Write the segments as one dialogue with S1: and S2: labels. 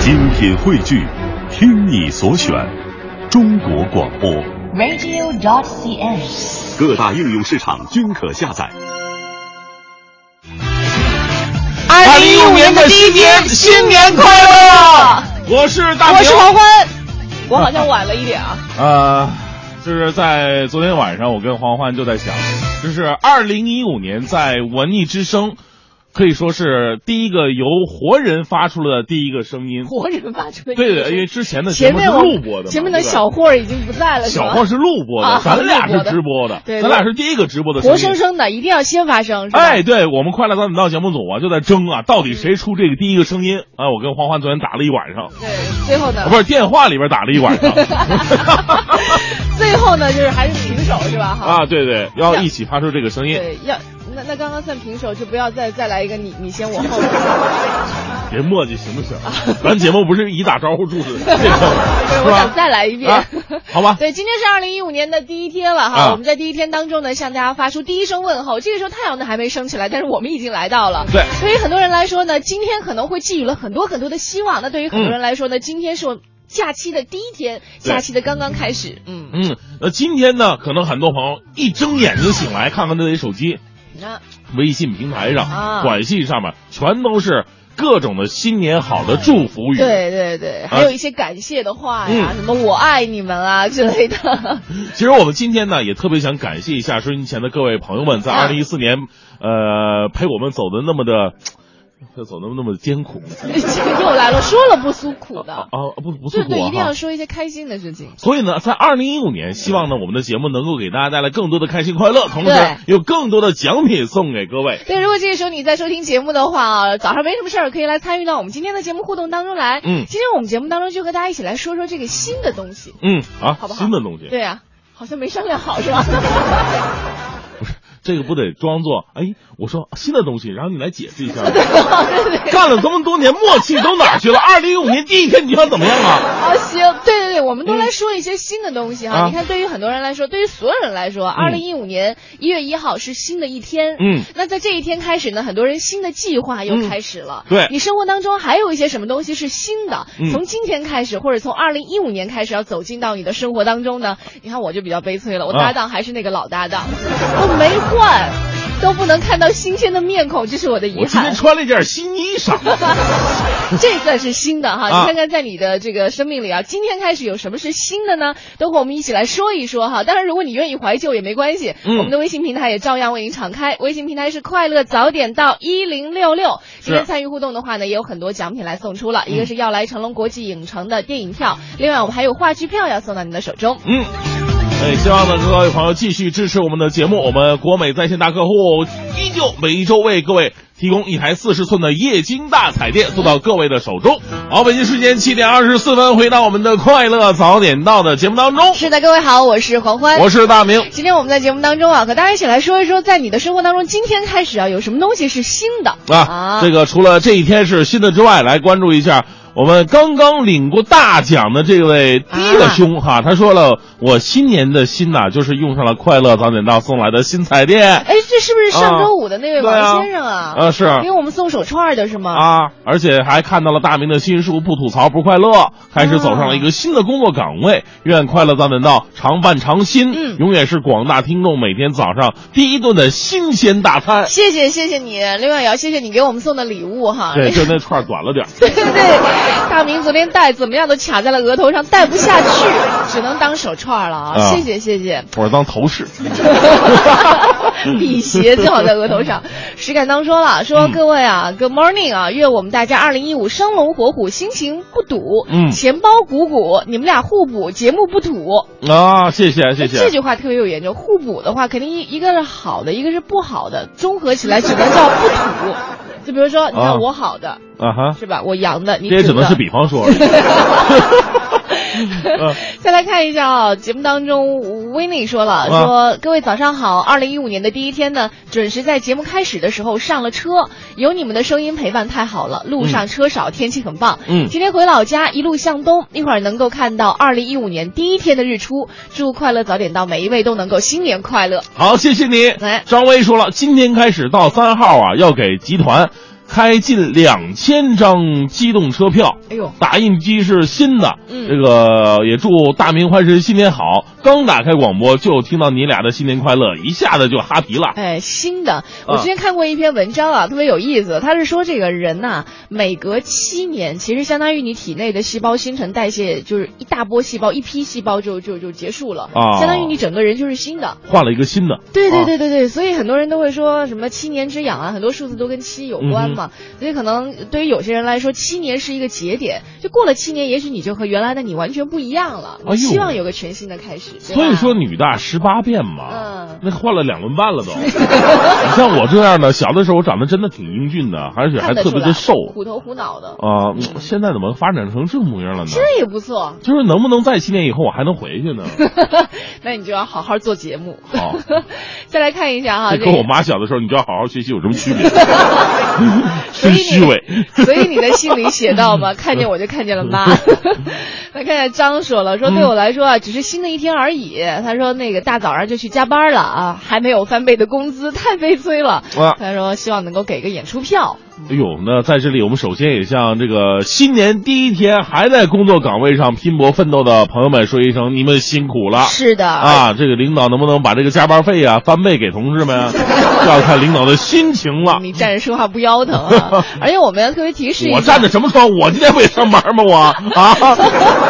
S1: 精品汇聚，听你所选，中国广播。
S2: radio.cn。
S1: 各大应用市场均可下载。
S3: 二
S4: 二
S3: 零
S4: 零
S3: 一
S4: 一
S3: 五
S4: 五
S3: 年
S4: 年
S3: 的
S4: 的
S3: 第
S4: 第
S3: 一
S4: 一
S3: 天
S4: 天，
S3: 新
S4: 新
S3: 年
S4: 年
S3: 快
S4: 快
S3: 乐
S4: 乐！
S3: 我是大明，
S4: 我是黄欢，我好像晚了一点啊。
S3: 呃，就是在昨天晚上，我跟黄欢就在想，就是二零一五年在文艺之声，可以说是第一个由活人发出了第一个声音。
S4: 活人发出的
S3: 对的，因为之前的节
S4: 前
S3: 目是
S4: 面我
S3: 录播的嘛，
S4: 前面
S3: 对
S4: 的
S3: 吧
S4: 小霍儿已经不在了，是
S3: 小
S4: 吧
S3: 号是录播的，
S4: 啊
S3: 咱俩
S4: 录播
S3: 是
S4: 的
S3: 直播的，
S4: 对
S3: 咱俩是第一个直播的声音。
S4: 活生生的，一定要先发声，是吧？
S3: 哎，对我们快乐早点到节目组啊，就在争啊，到底谁出这个第一个声音啊？我跟黄欢昨天打了一晚上，
S4: 对，最后呢
S3: 啊、不？是电话里边打了一晚上。
S4: 最后呢，就是还是平手，是吧？哈。
S3: 啊，对对，要一起发出这个声音，
S4: 对，要那那刚刚算平手，就不要再再来一个你你先我 后吧。
S3: 别墨迹行不 行？咱节目不是以打招呼住的，这个
S4: 对，
S3: 是
S4: 我
S3: 吧？
S4: 想再来一遍，
S3: 啊好吧
S4: 对，今天是二零一五年的第一天了哈，
S3: 啊
S4: 我们在第一天当中呢，向大家发出第一声问候。这个时候太阳呢还没升起来，但是我们已经来到了。
S3: 对
S4: 对于很多人来说呢，今天可能会寄予了很多很多的希望。那对于很多人来说呢，今天是我。假期的第一天，
S3: 对
S4: 假期的刚刚开始，嗯，
S3: 嗯，那今天呢，可能很多朋友一睁眼睛醒来，看看自己手机、
S4: 那
S3: 微信平台上、
S4: 啊
S3: 短信上面，全都是各种的新年好的祝福语。
S4: 对对对，还有一些感谢的话呀，
S3: 嗯
S4: 什么我爱你们啊之类的，
S3: 其实我们今天呢，也特别想感谢一下收音机前的各位朋友们，在二
S4: 啊
S3: 零一四年，呃，陪我们走的那么的，走的那么的艰苦。
S4: 又来了，说了不诉苦的，
S3: 啊，不不是
S4: 对
S3: 苦
S4: 对，
S3: 啊
S4: 一定要
S3: 哈
S4: 说一些开心的事情。
S3: 所以呢，在二零一五年，希望呢我们的节目能够给大家带来更多的开心快乐，同时
S4: 对
S3: 有更多的奖品送给各位。
S4: 对，如果这个时候你在收听节目的话啊，早上没什么事儿，可以来参与到我们今天的节目互动当中来。
S3: 嗯
S4: 今天我们节目当中就和大家一起来说说这个新的东西。
S3: 嗯啊，
S4: 好不好
S3: 新的东西，
S4: 对啊，好像没商量好是吧？
S3: 这个不得装作哎，我说新的东西，然后你来解释一下。
S4: 对对。
S3: 干了这么多年，默契都哪儿去了？二零一五年第一天，你想怎么样啊？
S4: 好、行，对对对，我们都来说一些新的东西哈、
S3: 嗯啊
S4: 你看，对于很多人来说，对于所有人来说，二零一五年一月一号是新的一天。
S3: 嗯，
S4: 那在这一天开始呢，很多人新的计划又开始了。
S3: 嗯对
S4: 你生活当中还有一些什么东西是新的？
S3: 嗯
S4: 从今天开始，或者从二零一五年开始，要走进到你的生活当中呢？你看，我就比较悲催了，我
S3: 啊
S4: 搭档还是那个老搭档，我没换，都不能看到新鲜的面孔，这是我的遗
S3: 我今
S4: 憾
S3: 天。穿了一件新衣裳。
S4: 这算是新的哈，
S3: 啊
S4: 你看看在你的这个生命里啊，今天开始有什么是新的呢？都和我们一起来说一说哈。当然，如果你愿意怀旧也没关系，
S3: 嗯
S4: 我们的微信平台也照样为您敞开。微信平台是快乐早点到一零六六，今天参与互动的话呢，也有很多奖品来送出
S3: 嗯
S4: 了，一个是要来成龙国际影城的电影票，另外我们还有话剧票要送到您的手中。
S3: 嗯，哎，希望呢各位朋友继续支持我们的节目，我们国美在线大客户依旧每一周为各位提供一台四十寸的液晶大彩电送到各位的手中。好，北京时间七点二十四分，回到我们的快乐早点到的节目当中，
S4: 是的，各位好，我是黄欢，
S3: 我是大明。
S4: 今天我们在节目当中啊，和大家一起来说一说，在你的生活当中，今天开始啊，有什么东西是新的
S3: 啊，这个除了这一天是新的之外，来关注一下我们刚刚领过大奖的这位第一个兄哈，他说了，我新年的心呐、就是用上了快乐早点到送来的新彩电，
S4: 哎，这是不是上周五的那位
S3: 啊
S4: 王先生啊？
S3: 啊是
S4: 给我们送手串的是吗？
S3: 啊，而且还看到了大明的新书《不吐槽不快乐》，开始走上了一个新的工作岗位。愿快乐早点到，常伴常新，
S4: 啊嗯
S3: 永远是广大听众每天早上第一顿的新鲜大餐。
S4: 谢谢谢谢你，另外也要谢谢你给我们送的礼物哈。
S3: 对，就那串儿短了点儿。
S4: 对对对，大明昨天戴怎么样都卡在了额头上，戴不下去，只能当手串了啊！
S3: 啊
S4: 谢谢谢 谢。
S3: 我是当头饰，
S4: 笔斜正好在额头上。石敢当说了，说
S3: 嗯
S4: 各位啊、g o o d morning 啊，愿我们大家二零一五生龙活虎，心情不堵，
S3: 嗯
S4: 钱包鼓鼓，你们俩互补，节目不土。
S3: 啊，谢谢谢谢。
S4: 这句话特别有研究，互补的话，肯定一一个是好的，一个是不好的，综合起来只能叫不土。就比如说，你
S3: 啊
S4: 看我好的、
S3: 啊哈，
S4: 是吧？我阳的，你
S3: 这也只
S4: 土的
S3: 能 是比方说而已。嗯
S4: 再来看一下啊，节目当中 w i n n i e 说了，
S3: 啊
S4: 说各位早上好，二零一五年的第一天呢，准时在节目开始的时候上了车，有你们的声音陪伴太好了，路上车少，天气很棒。
S3: 嗯
S4: 今天回老家，一路向东，一会儿能够看到二零一五年第一天的日出，祝快乐早点到，每一位都能够新年快乐。
S3: 好，谢谢你
S4: 哎。
S3: 张威说了，今天开始到三号啊，要给集团。开近两千张机动车票。
S4: 哎呦，
S3: 打印机是新的，
S4: 嗯
S3: 这个也祝大明欢神新年好。刚打开广播就听到你俩的新年快乐，一下子就哈皮了。
S4: 哎，新的，我
S3: 啊
S4: 之前看过一篇文章啊，特别有意思。他是说这个人呐、每隔七年，其实相当于你体内的细胞新陈代谢，就是一大波细胞，一批细胞就就就结束了，
S3: 哦
S4: 相当于你整个人就是新的。
S3: 换了一个新的，
S4: 对对
S3: 啊
S4: 对对对，所以很多人都会说什么七年之痒啊，很多数字都跟七有关
S3: 嗯
S4: 嘛，所以可能对于有些人来说，七年是一个节点，就过了七年，也许你就和原来的你完全不一样了，
S3: 哎呦
S4: 希望有个全新的开始。对吧啊
S3: 所以说，女大十八变嘛，
S4: 嗯
S3: 那换了两轮半了 都。你像我这样的，小的时候长得真的挺英俊的，而且还
S4: 看得
S3: 特
S4: 出
S3: 别
S4: 来
S3: 的瘦
S4: 虎头虎脑的，
S3: 啊、现在怎么发展成这模样了呢？
S4: 现在也不错。
S3: 就是能不能在七年以后我还能回去呢？
S4: 那你就要好好做节目。
S3: 好，
S4: 再来看一下哈，
S3: 这
S4: 这
S3: 跟
S4: 个
S3: 我妈小的时候，你就要好好学习有什么区 别？
S4: 所
S3: 真
S4: 以
S3: 虚伪。
S4: 你，所以你的信里写到嘛，看见我就看见 了妈。来看一下张说了，说对我来说啊，只是新的一天而已。他说那个大早上就去加班了啊，还没有翻倍的工资，太悲催了。
S3: 啊
S4: 他说希望能够给个演出票。
S3: 哎呦，那在这里，我们首先也向这个新年第一天还在工作岗位上拼搏奋斗的朋友们说一声，你们辛苦了。
S4: 是的，
S3: 啊，这个领导能不能把这个加班费啊翻倍给同志们 啊？这要看领导的心情了。
S4: 你站着说话不腰疼 啊。而且我们要特别提示一下，
S3: 我站着什么窗？我今天不也上班吗？我啊，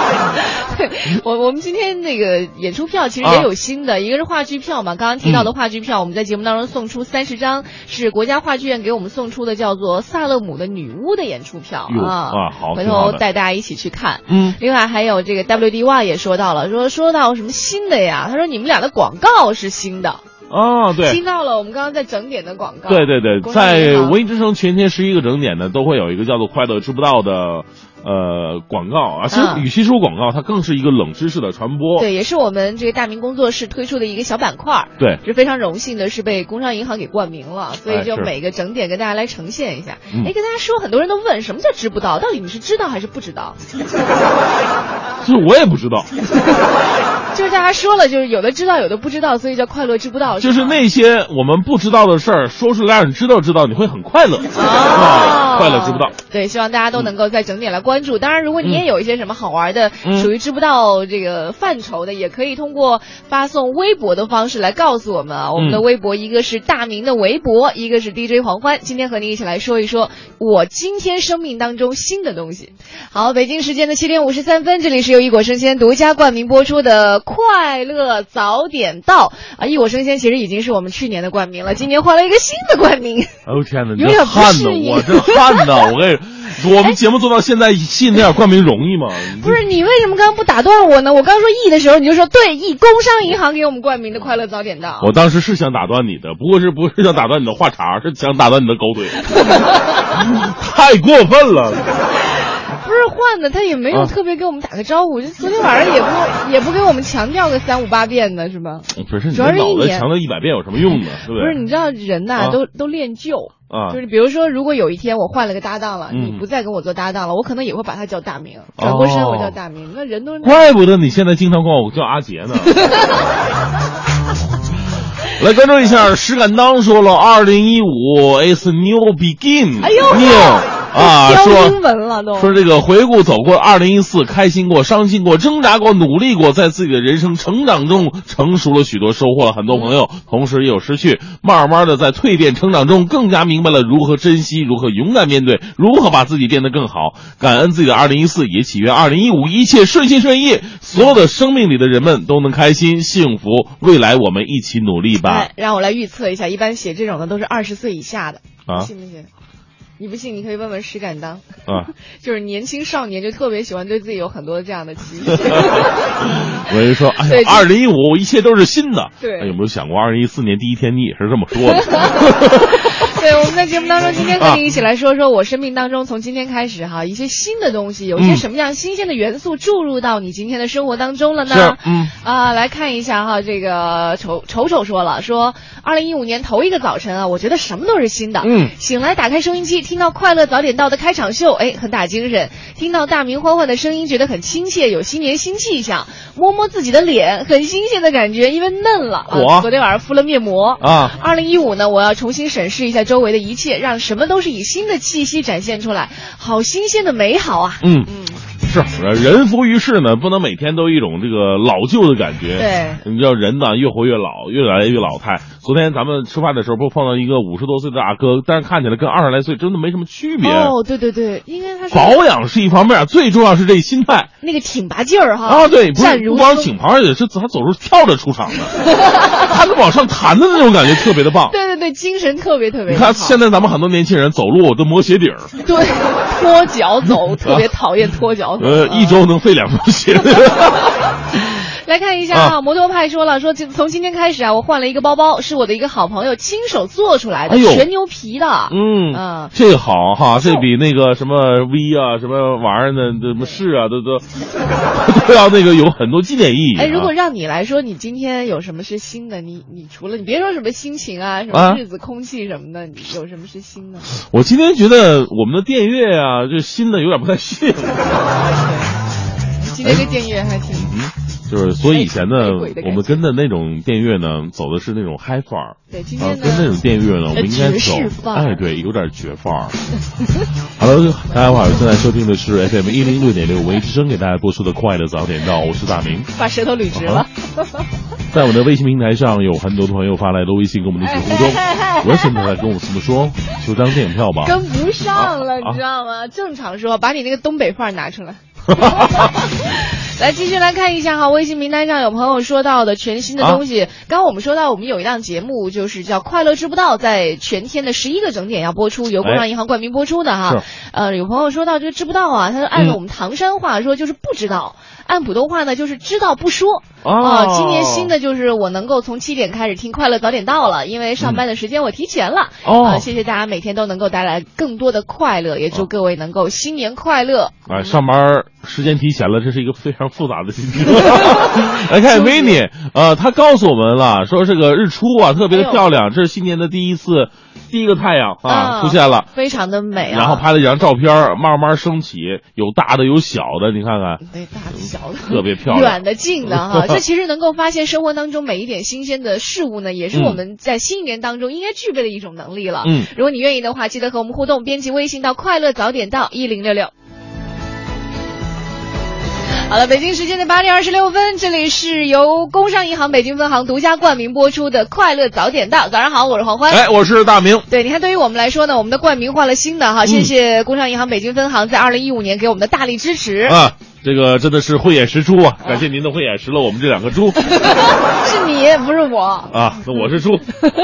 S4: 对 我我们今天那个演出票其实
S3: 啊
S4: 也有新的，一个是话剧票嘛，刚刚提到
S3: 嗯
S4: 的话剧票，我们在节目当中送出三十张，是国家话剧院给我们送出的，叫做《萨勒姆的女巫》的演出票
S3: 哟
S4: 啊
S3: 啊好
S4: 回
S3: 挺好
S4: 头
S3: 的
S4: 带大家一起去看。
S3: 嗯，
S4: 另外还有这个 WDY 也说到了，说说到什么新的呀？他说你们俩的广告是新的，
S3: 啊，对
S4: 听。到了我们刚刚在整点的广告。
S3: 对对对，
S4: 工商银
S3: 在
S4: 行
S3: 文艺之声全天十一个整点呢，都会有一个叫做“快乐知不道”的呃广告啊。其
S4: 嗯
S3: 实，与其说广告，它更是一个冷知识的传播。
S4: 对，也是我们这个大明工作室推出的一个小板块儿。
S3: 对，
S4: 是非常荣幸的，是被工商银行给冠名了，所以
S3: 哎
S4: 就是每个整点跟大家来呈现一下。
S3: 嗯
S4: 哎，跟大家说，很多人都问什么叫知不道，到底你是知道还是不知道？
S3: 就是我也不知道，
S4: 就是大家说了，就是有的知道，有的不知道，所以叫快乐知不道。
S3: 就是
S4: 吗
S3: 那些我们不知道的事儿，说出来让你知道知道，你会很快乐
S4: 哦
S3: 啊， 快乐知不道。
S4: 对，希望大家都能够在整点来关注。当然，如果你也有一些什么好玩的，
S3: 嗯
S4: 属于知不到这个范畴的，也可以通过发送微博的方式来告诉我们
S3: 嗯
S4: 啊。我们的微博一个是大明的微博，一个是 DJ 黄欢。今天和您一起来说一说我今天生命当中新的东西。好，北京时间的七点五十三分，这里是由一果生鲜独家冠名播出的《快乐早点到》啊！一果生鲜其实已经是我们去年的冠名了，今年换了一个新的冠名。
S3: 哎呦天哪，你
S4: 有点
S3: 这
S4: 不
S3: 汗
S4: 适
S3: 呐，
S4: 应
S3: 我这汗呐，我跟你，我们节目做到现在吸引点冠名容易吗？你这
S4: 不是你为什么刚刚不打断我呢？我刚说“亿”的时候，你就说对“亿”，工商银行给我们冠名的快乐早点到。
S3: 我当时是想打断你的，不过是不是想打断你的话茬，是想打断你的狗腿， 太过分了。
S4: 不是换的，他也没有
S3: 啊
S4: 特别给我们打个招呼，就昨天晚上也不也不给我们强调个三五八遍的是吧？
S3: 不是你
S4: 主要
S3: 这
S4: 是一
S3: 脑子
S4: 年
S3: 强调一百遍有什么用呢？对
S4: 不
S3: 不
S4: 是，
S3: 对？
S4: 你知道人呐、
S3: 啊
S4: 都都恋旧。
S3: 啊
S4: 就是比如说，如果有一天我换了个搭档了，
S3: 嗯哦
S4: 你不再跟我做搭档了，我可能也会把他叫大名，转过身我叫大名，那人都
S3: 怪不得你现在经常管我叫阿 杰呢。来关注一下，石敢当说了，二零一五 is new begin，
S4: 哎呦
S3: new 啊，
S4: 标
S3: 说
S4: 英文了都。
S3: 说这个回顾走过二零一四，开心过，伤心过，挣扎过，努力过，在自己的人生成长中成熟了许多，收获了很多朋友，同时也有失去。慢慢的在蜕变成长中，更加明白了如何珍惜，如何勇敢面对，如何把自己变得更好。感恩自己的二零一四，也祈愿二零一五一切顺心顺意，所有的生命里的人们都能开心幸福。未来我们一起努力吧
S4: 哎！，让我来预测一下，一般写这种的都是二十岁以下的，
S3: 啊
S4: 信不信？你不信，你可以问问石敢当。
S3: 啊！
S4: 就是年轻少年就特别喜欢对自己有很多这样的期许。
S3: 我就说，哎
S4: 对
S3: 呦，二零一五一切都是新的。
S4: 对
S3: 哎有没有想过二零一四年第一天你也是这么说的？
S4: 对，我们在节目当中今天和你一起来说说我生命当中从今天开始哈一些新的东西，有一些
S3: 嗯
S4: 什么样新鲜的元素注入到你今天的生活当中了呢？
S3: 是，嗯，
S4: 啊，来看一下哈，这个丑丑丑说了，说二零一五年头一个早晨啊，我觉得什么都是新的。
S3: 嗯
S4: 醒来打开收音机，听到《快乐早点到》的开场秀，哎，很打精神；听到大明欢欢的声音，觉得很亲切，有新年新气象。摸摸自己的脸，很新鲜的感觉，因为嫩了。啊
S3: 火
S4: 昨天晚上敷了面膜。
S3: 啊，
S4: 二零一五呢，我要重新审视一下周围的一切，让什么都是以新的气息展现出来，好新鲜的美好啊！
S3: 嗯，
S4: 嗯，
S3: 是呃人浮于事呢，不能每天都有一种这个老旧的感觉。
S4: 对，
S3: 你知道人呢越活越老，越来越老态。昨天咱们吃饭的时候，不是碰到一个五十多岁的大哥，但是看起来跟二十来岁真的没什么区别。
S4: 哦，对对对，应该他是
S3: 保养是一方面，最重要是这心态
S4: 那个挺拔劲儿哈。
S3: 啊！对，不
S4: 哦站
S3: 是
S4: 如
S3: 不光
S4: 松
S3: 挺拔，而且是他走路跳着出 场的，他是往上弹的那种感觉特别的棒。
S4: 对对对，精神特别特别
S3: 你
S4: 地
S3: 看
S4: 好。
S3: 现在咱们很多年轻人走路都磨鞋 底儿，
S4: 对，拖 脚走，特别讨厌拖脚走。
S3: 呃，一
S4: 嗯
S3: 周能废两双 鞋。
S4: 来看一下啊，摩托派说了，说今从今天开始啊，我换了一个包包，是我的一个好朋友亲手做出来的，
S3: 哎呦
S4: 全牛皮的。
S3: 嗯
S4: 嗯，
S3: 这个好哈，这比那个什么 V 啊、什么玩意儿的、什么是啊，都都 都要那个有很多纪念意义、啊。
S4: 哎，如果让你来说，你今天有什么是新的？你你除了你别说什么心情啊，什
S3: 啊
S4: 么日子、空气什么的，你有什么是新的？
S3: 我今天觉得我们的电乐啊，这新的有点不太适 应，
S4: 哎你
S3: 哎
S4: 今天这电乐还挺
S3: 就是所以以前呢
S4: 哎鬼的，感觉
S3: 我们跟的那种电乐呢，走的是那种嗨范儿。
S4: 对，今
S3: 啊，
S4: 天呢
S3: 跟那种电乐呢，我们应该
S4: 呃
S3: 走
S4: 爵士，范儿
S3: 哎，对，有点绝范儿。 好了，大家好，现在收听的是 FM 一零六点六文艺之声给大家播出的《快乐早点到》，我是大明。
S4: 把舌头捋直了。
S3: 啊在我们的微信平台上，有很多朋友发来的微信跟我们一起互动。
S4: 哎
S3: 我现在在跟我们这么说，求张电影票吧。
S4: 跟不上了，
S3: 啊啊
S4: 你知道吗？正常说，把你那个东北范儿拿 出来。来，继续来看一下哈，微信名单上有朋友说到的全新的东
S3: 啊
S4: 西。刚刚我们说到，我们有一档节目就是叫《快乐知不道》，在全天的十一个整点要播出，由
S3: 哎
S4: 工商银行冠名播出的哈。呃，有朋友说到这个知不道啊，他说
S3: 嗯
S4: 按照我们唐山话说就是不知道，按普通话呢就是知道不说。
S3: 哦
S4: 啊、今年新的就是我能够从七点开始听《快乐早点到》了，因为上班的时间我提前了。
S3: 哦
S4: 啊谢谢大家每天都能够带来更多的快乐，也祝各位能够新年快乐。
S3: 哎，上班儿时间提前了，这是一个非常复杂的心情。 来 看 v i n n y 呃，他告诉我们了，说这个日出啊特别
S4: 哎
S3: 的漂亮，这是新年的第一次，第一个太阳啊
S4: 啊
S3: 出现了，
S4: 非常的美啊！
S3: 然后拍了几张照片儿，慢慢升起，有大的有小的，你看看，
S4: 那大的小的
S3: 特别漂亮
S4: 远的近 的哈，这其实能够发现生活当中每一点新鲜的事物呢，也是我们在新一年当中应该具备的一种能力了。
S3: 嗯，
S4: 如果你愿意的话，记得和我们互动，编辑微信到快乐早点到一零六六。好了，北京时间的八点二十六分，这里是由工商银行北京分行独家冠名播出的《快乐早点到》。早上好，我是黄欢。
S3: 哎，我是大明，
S4: 对，你看，对于我们来说呢，我们的冠名换了新的哈，谢
S3: 嗯
S4: 谢工商银行北京分行在二零一五年给我们的大力支持。
S3: 啊，这个真的是慧眼识珠啊！感谢您的慧眼识了我们这两个 猪
S4: 是你，不是我。
S3: 啊，那我是猪，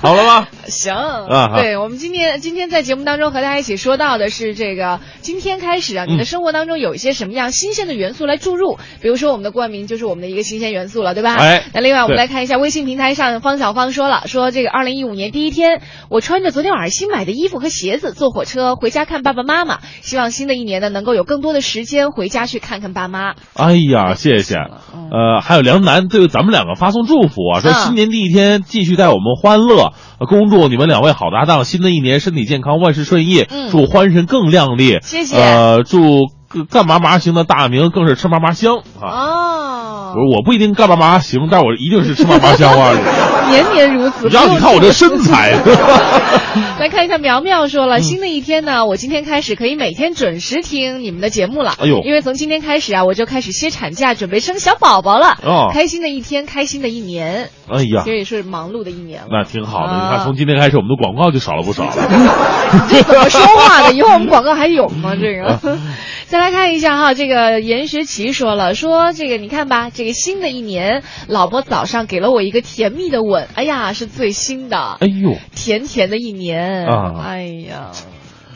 S3: 好了吗？
S4: 行，
S3: 啊
S4: 对我们今天今天在节目当中和大家一起说到的是这个，今天开始啊，
S3: 嗯
S4: 你的生活当中有一些什么样新鲜的元素来注入？比如说我们的冠名就是我们的一个新鲜元素了，对吧？
S3: 哎
S4: 那另外我
S3: 对
S4: 们来看一下微信平台上方小芳说了，说这个二零一五年第一天，我穿着昨天晚上新买的衣服和鞋子坐火车回家看爸爸妈妈，希望新的一年呢能够有更多的时间回家去看看爸妈。
S3: 哎呀，谢谢。
S4: 嗯
S3: 呃，还有梁楠对咱们两个发送祝福啊，说
S4: 嗯
S3: 新年第一天继续带我们欢乐，呃恭祝你们两位好搭档新的一年身体健康，万事顺意，
S4: 嗯
S3: 祝欢神更亮丽，
S4: 谢谢
S3: 呃，祝干干嘛嘛行的大明更是吃嘛嘛香啊！
S4: 哦
S3: 我，说我不一定干嘛嘛行，但我一定是吃嘛嘛香啊！
S4: 年年如此。
S3: 你让
S4: 不
S3: 你
S4: 用
S3: 看我
S4: 记
S3: 这身材，
S4: 来看一下苗苗说
S3: 嗯
S4: 了，新的一天呢，我今天开始可以每天准时听你们的节目了。
S3: 哎呦
S4: 因为从今天开始啊，我就开始歇产假，准备生小宝宝了。
S3: 哦
S4: 开心的一天，开心的一年，
S3: 哎呀
S4: 其，实也是忙碌的一年了。
S3: 那挺好的。你
S4: 啊
S3: 看，从今天开始，我们的广告就少了不少了。
S4: 这怎么说话呢？以后我们广告还有吗？这
S3: 啊
S4: 个，再来看一下哈，这个严学奇说了，说这个你看吧，这个新的一年，老婆早上给了我一个甜蜜的吻，哎呀，是最新的
S3: 哎，呦，
S4: 甜甜的一年，
S3: 啊
S4: 哎呀，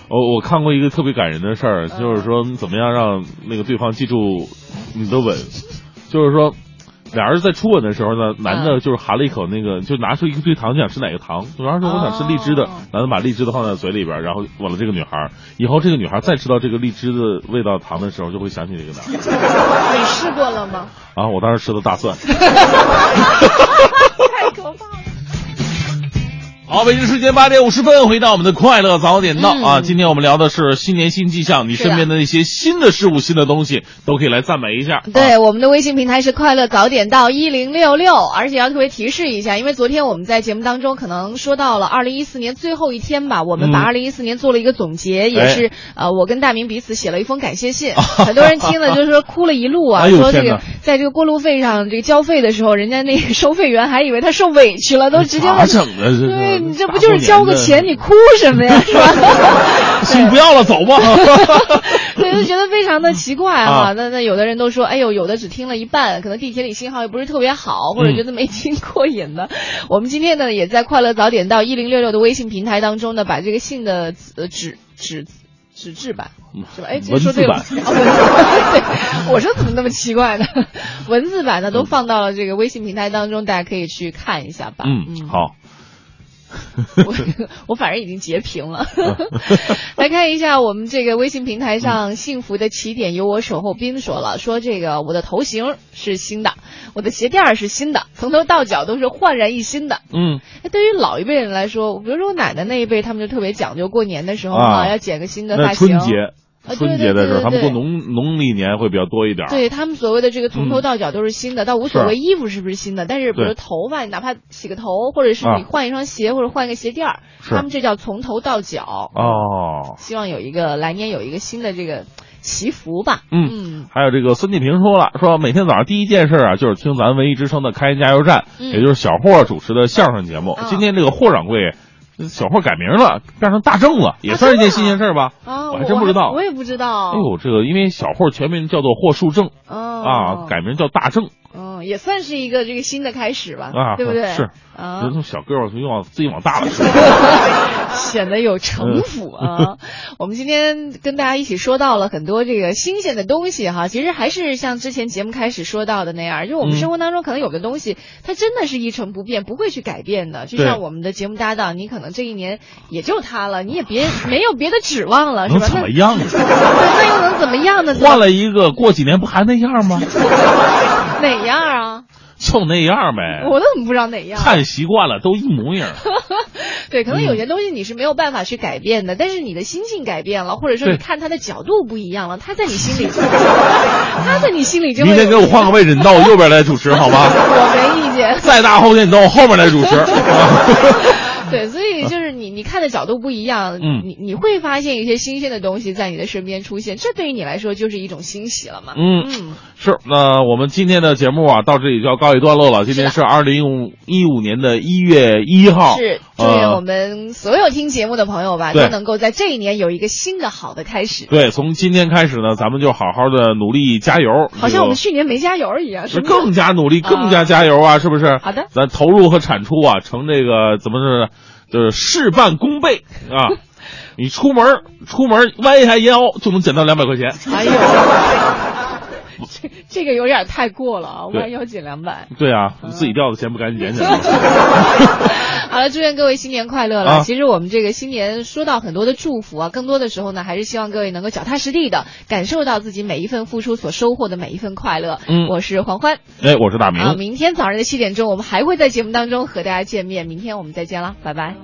S3: 哦我我看过一个特别感人的事儿，
S4: 嗯
S3: 就是说怎么样让那个对方记住你的吻，就是说。俩人在初吻的时候
S4: 嗯
S3: 呢，男的就是含了一口那个，就拿出一堆糖，就想吃哪个糖。女孩说：“啊我想吃荔枝的
S4: 哦。”
S3: 男的把荔枝的放在嘴里边，然后吻了这个女孩。以后这个女孩再吃到这个荔枝的味道糖的时候，就会想起这个男的。
S4: 你试过了吗？
S3: 啊，我当时吃的大蒜。
S4: 太可怕了。
S3: 好，北京时间八点五十分，回到我们的快乐早点到、
S4: 嗯
S3: 啊！今天我们聊的是新年新气象，你
S4: 是的
S3: 身边的一些新的事物、新的东西都可以来赞美一 下。
S4: 对，
S3: 啊，
S4: 我们的微信平台是快乐早点到一零六六，而且要特别提示一下，因为昨天我们在节目当中可能说到了二零一四年最后一天吧，我们把
S3: 嗯
S4: 二零一四年做了一个总结，也
S3: 哎
S4: 是呃，我跟大明彼此写了一封感 谢信，很多人听了就是说哭了一路啊，
S3: 哎呦
S4: 说这
S3: 天
S4: 个
S3: 哪
S4: 在这个过路费上这个交费的时候，人家那个收费员还以为他受委屈了，都直 接
S3: 哎咋
S4: 问。
S3: 整的？这
S4: 对你这不就是交个 钱，？你哭什么呀，是吧？
S3: 大过年的行，不要了，走吧。
S4: 对，就觉得非常的奇怪哈、
S3: 啊
S4: 那那有的人都说，哎呦，有的只听了一半，可能地铁里信号也不是特别好，或者觉得没听过瘾的。 我们今天呢，也在快乐早点到一零六六的微信平台当中呢，把这个信的呃纸纸。纸质版是吧？哎，这
S3: 嗯文
S4: 说
S3: 字
S4: 对了，
S3: 版
S4: 哦文字版 对，我说怎么那么奇怪呢？ 文字版呢都放到了这个微信平台当中，大家可以去看一下吧。
S3: 嗯，好，
S4: 我我反正已经截屏了。来看一下我们这个微信平台
S3: 嗯
S4: 上“幸福的起点由我守候”斌说了，说这个我的头型是新的，我的鞋垫儿是新的，从头到脚都是焕然一新的。
S3: 嗯，
S4: 哎，对于老一辈人来说，比如说我奶奶那一辈，他们就特别讲究过年的时候
S3: 啊
S4: 要剪个新的
S3: 那
S4: 发型。
S3: 春节
S4: 啊对，
S3: 春节的时候，
S4: 对对对
S3: 他们过农农历年会比较多一点。，
S4: 对他们所谓的这个从头到脚都是新的，倒无所谓衣服是不是新的，但是比如
S3: 嗯啊对
S4: 头发，哪怕洗个头，或者是你
S3: 啊
S4: 换一双鞋，或者换一个鞋垫儿，
S3: 是
S4: 他们这叫从头到脚。
S3: 哦，
S4: 希望有一个来年有一个新的这个祈福吧。嗯
S3: 还有这个孙继平说了，说每天早上第一件事啊，就是听咱文艺之声的《开加油站》，
S4: 嗯
S3: 也就是小霍主持的相声节目。
S4: 啊
S3: 今天这个霍掌柜，小霍改名了，变成大正了，也算是一件新鲜事儿吧。
S4: 啊，
S3: 我还真不知道
S4: 我也不知道。
S3: 哎呦，这个因为小霍全名叫做霍树正
S4: 哦
S3: 啊，改名叫大正，
S4: 嗯，也算是一个这个新的开始吧，
S3: 啊
S4: 对不对？
S3: 是
S4: 啊
S3: 人，从小个儿就往自己往大了 说。
S4: 显得有
S3: 嗯
S4: 城府啊。我们今天跟大家一起说到了很多这个新鲜的东西哈，其实还是像之前节目开始说到的那样，就我们
S3: 嗯
S4: 生活当中可能有的东西，它真的是一成不变，不会去改变的。就
S3: 对
S4: 像我们的节目搭档，你可能这一年也就他了，你也别没有别的指望了，是
S3: 能
S4: 吧？
S3: 怎
S4: 那
S3: 么样啊？
S4: 那又能怎么样呢？
S3: 换了一个，过几年不还那样吗？
S4: 哪样啊？
S3: 就那样呗，
S4: 我都怎么不知道哪样？
S3: 哎
S4: 啊
S3: 看习惯了，都一模一样。
S4: 对，可
S3: 嗯
S4: 能有些东西你是没有办法去改变的，但是你的心境改变了，或者说你
S3: 对
S4: 看他的角度不一样了，他在你 心里，他在你心里就会。
S3: 明天给我换个位置，你到我右边来主持好吗？
S4: 我没意见。
S3: 再大后天你到我后面来主持。
S4: 对，所以就是你，你看的角度不一样，
S3: 嗯
S4: 你你会发现一些新鲜的东西在你的身边出现，这对于你来说就是一种欣喜了嘛。
S3: 嗯，
S4: 嗯，
S3: 是，那我们今天的节目啊，到这里就要告一段落了。今天是二零一五年的一月一号，
S4: 是祝愿
S3: 呃
S4: 我们所有听节目的朋友吧，
S3: 对
S4: 都能够在这一年有一个新的好的开始。
S3: 对，从今天开始呢，咱们就好好的努力加油。
S4: 好像我们去年没加油一样，
S3: 是
S4: 是
S3: 更加努力，
S4: 啊
S3: 更加加油啊，是不是？
S4: 好的
S3: 咱投入和产出啊，成这个怎么是，就是事半功倍啊！ 你出门儿出门儿弯一下腰就能捡到两百块钱。
S4: 哎呦，这 这个有点太过了啊！
S3: 对
S4: 弯腰捡两百。
S3: 对啊，你自己掉的钱不赶紧捡起来吗？
S4: 好了，祝愿各位新年快乐了。
S3: 啊
S4: 其实我们这个新年说到很多的祝福啊，更多的时候呢，还是希望各位能够脚踏实地的感受到自己每一份付出所收获的每一份快乐。
S3: 嗯
S4: 我是黄欢
S3: 哎，我是大明。
S4: 啊，明天早上的七点钟，我们还会在节目当中和大家见面。明天我们再见了，拜拜。